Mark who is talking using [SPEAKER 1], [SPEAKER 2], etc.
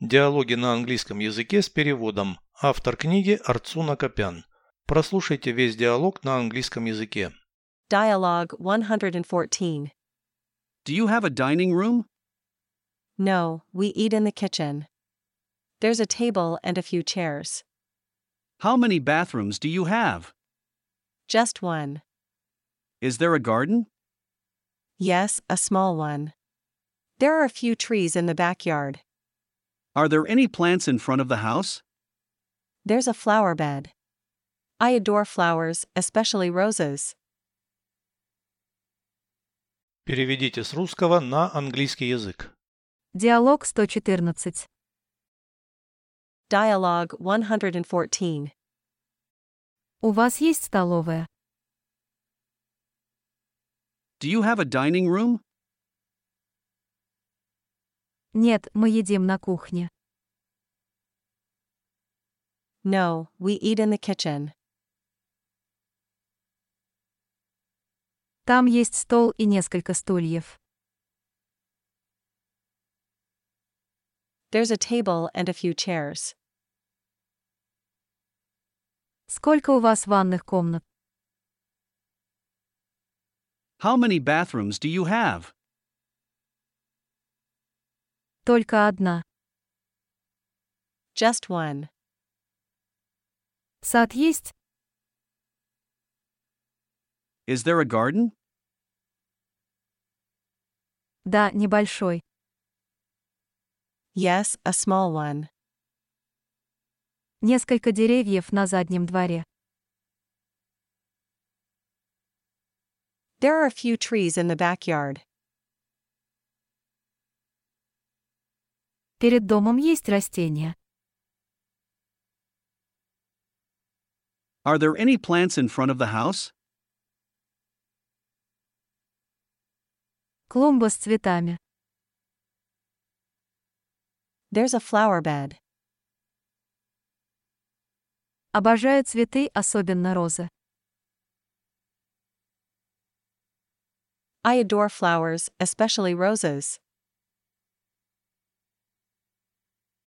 [SPEAKER 1] Диалоги на английском языке с переводом. Автор книги Арцуна Копян. Прослушайте весь диалог на английском языке.
[SPEAKER 2] Dialogue 114.
[SPEAKER 3] Do you have a dining room?
[SPEAKER 2] No, we eat in the kitchen. There's a table and a few chairs.
[SPEAKER 3] How many bathrooms do you have?
[SPEAKER 2] Just one.
[SPEAKER 3] Is there a garden?
[SPEAKER 2] Yes, a small one. There are a few trees in the backyard.
[SPEAKER 3] Are there any plants in front of the house?
[SPEAKER 2] There's a flower bed. I adore flowers, especially roses.
[SPEAKER 1] Переведите с русского на английский язык.
[SPEAKER 4] Диалог 114.
[SPEAKER 2] Dialogue 114.
[SPEAKER 4] У вас есть столовая?
[SPEAKER 3] Do you have a dining room?
[SPEAKER 4] Нет, мы едим на кухне.
[SPEAKER 2] No, we eat in the kitchen.
[SPEAKER 4] Там есть стол и несколько стульев.
[SPEAKER 2] There's a table and a few chairs.
[SPEAKER 4] Сколько у вас ванных комнат?
[SPEAKER 3] How many bathrooms do you have?
[SPEAKER 4] Только одна.
[SPEAKER 2] Just one.
[SPEAKER 4] Сад есть?
[SPEAKER 3] Is there a garden?
[SPEAKER 4] Да, небольшой.
[SPEAKER 2] Yes, a small one.
[SPEAKER 4] Несколько деревьев на заднем дворе.
[SPEAKER 2] There are a few trees in the backyard.
[SPEAKER 4] Перед домом есть растения.
[SPEAKER 3] Are there any plants in front of the house?
[SPEAKER 4] Клумба с цветами.
[SPEAKER 2] There's a flower bed.
[SPEAKER 4] Обожаю цветы, особенно розы.
[SPEAKER 2] I adore flowers, especially roses.